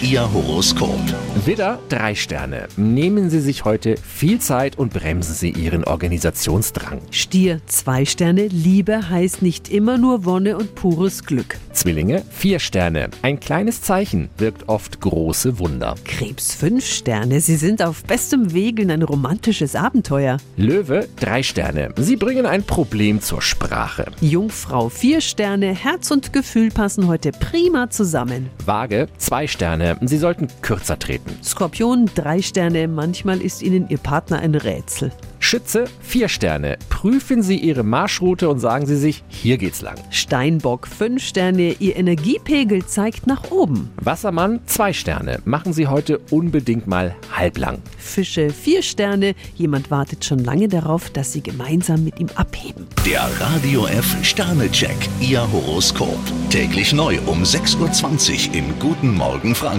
Ihr Horoskop. Widder, drei Sterne. Nehmen Sie sich heute viel Zeit und bremsen Sie Ihren Organisationsdrang. Stier, zwei Sterne, Liebe heißt nicht immer nur Wonne und pures Glück. Zwillinge, vier Sterne. Ein kleines Zeichen wirkt oft große Wunder. Krebs, fünf Sterne, Sie sind auf bestem Weg in ein romantisches Abenteuer. Löwe, drei Sterne. Sie bringen ein Problem zur Sprache. Jungfrau, vier Sterne, Herz und Gefühl passen heute prima zusammen. Waage, zwei Sterne. Sie sollten kürzer treten. Skorpion, drei Sterne, manchmal ist Ihnen Ihr Partner ein Rätsel. Schütze, vier Sterne. Prüfen Sie Ihre Marschroute und sagen Sie sich, hier geht's lang. Steinbock, fünf Sterne, Ihr Energiepegel zeigt nach oben. Wassermann, zwei Sterne. Machen Sie heute unbedingt mal halblang. Fische, vier Sterne, jemand wartet schon lange darauf, dass Sie gemeinsam mit ihm abheben. Der Radio F Sternecheck, Ihr Horoskop. Täglich neu um 6.20 Uhr im Guten Morgen Franken.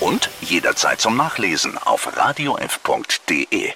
Und jederzeit zum Nachlesen auf radiof.de.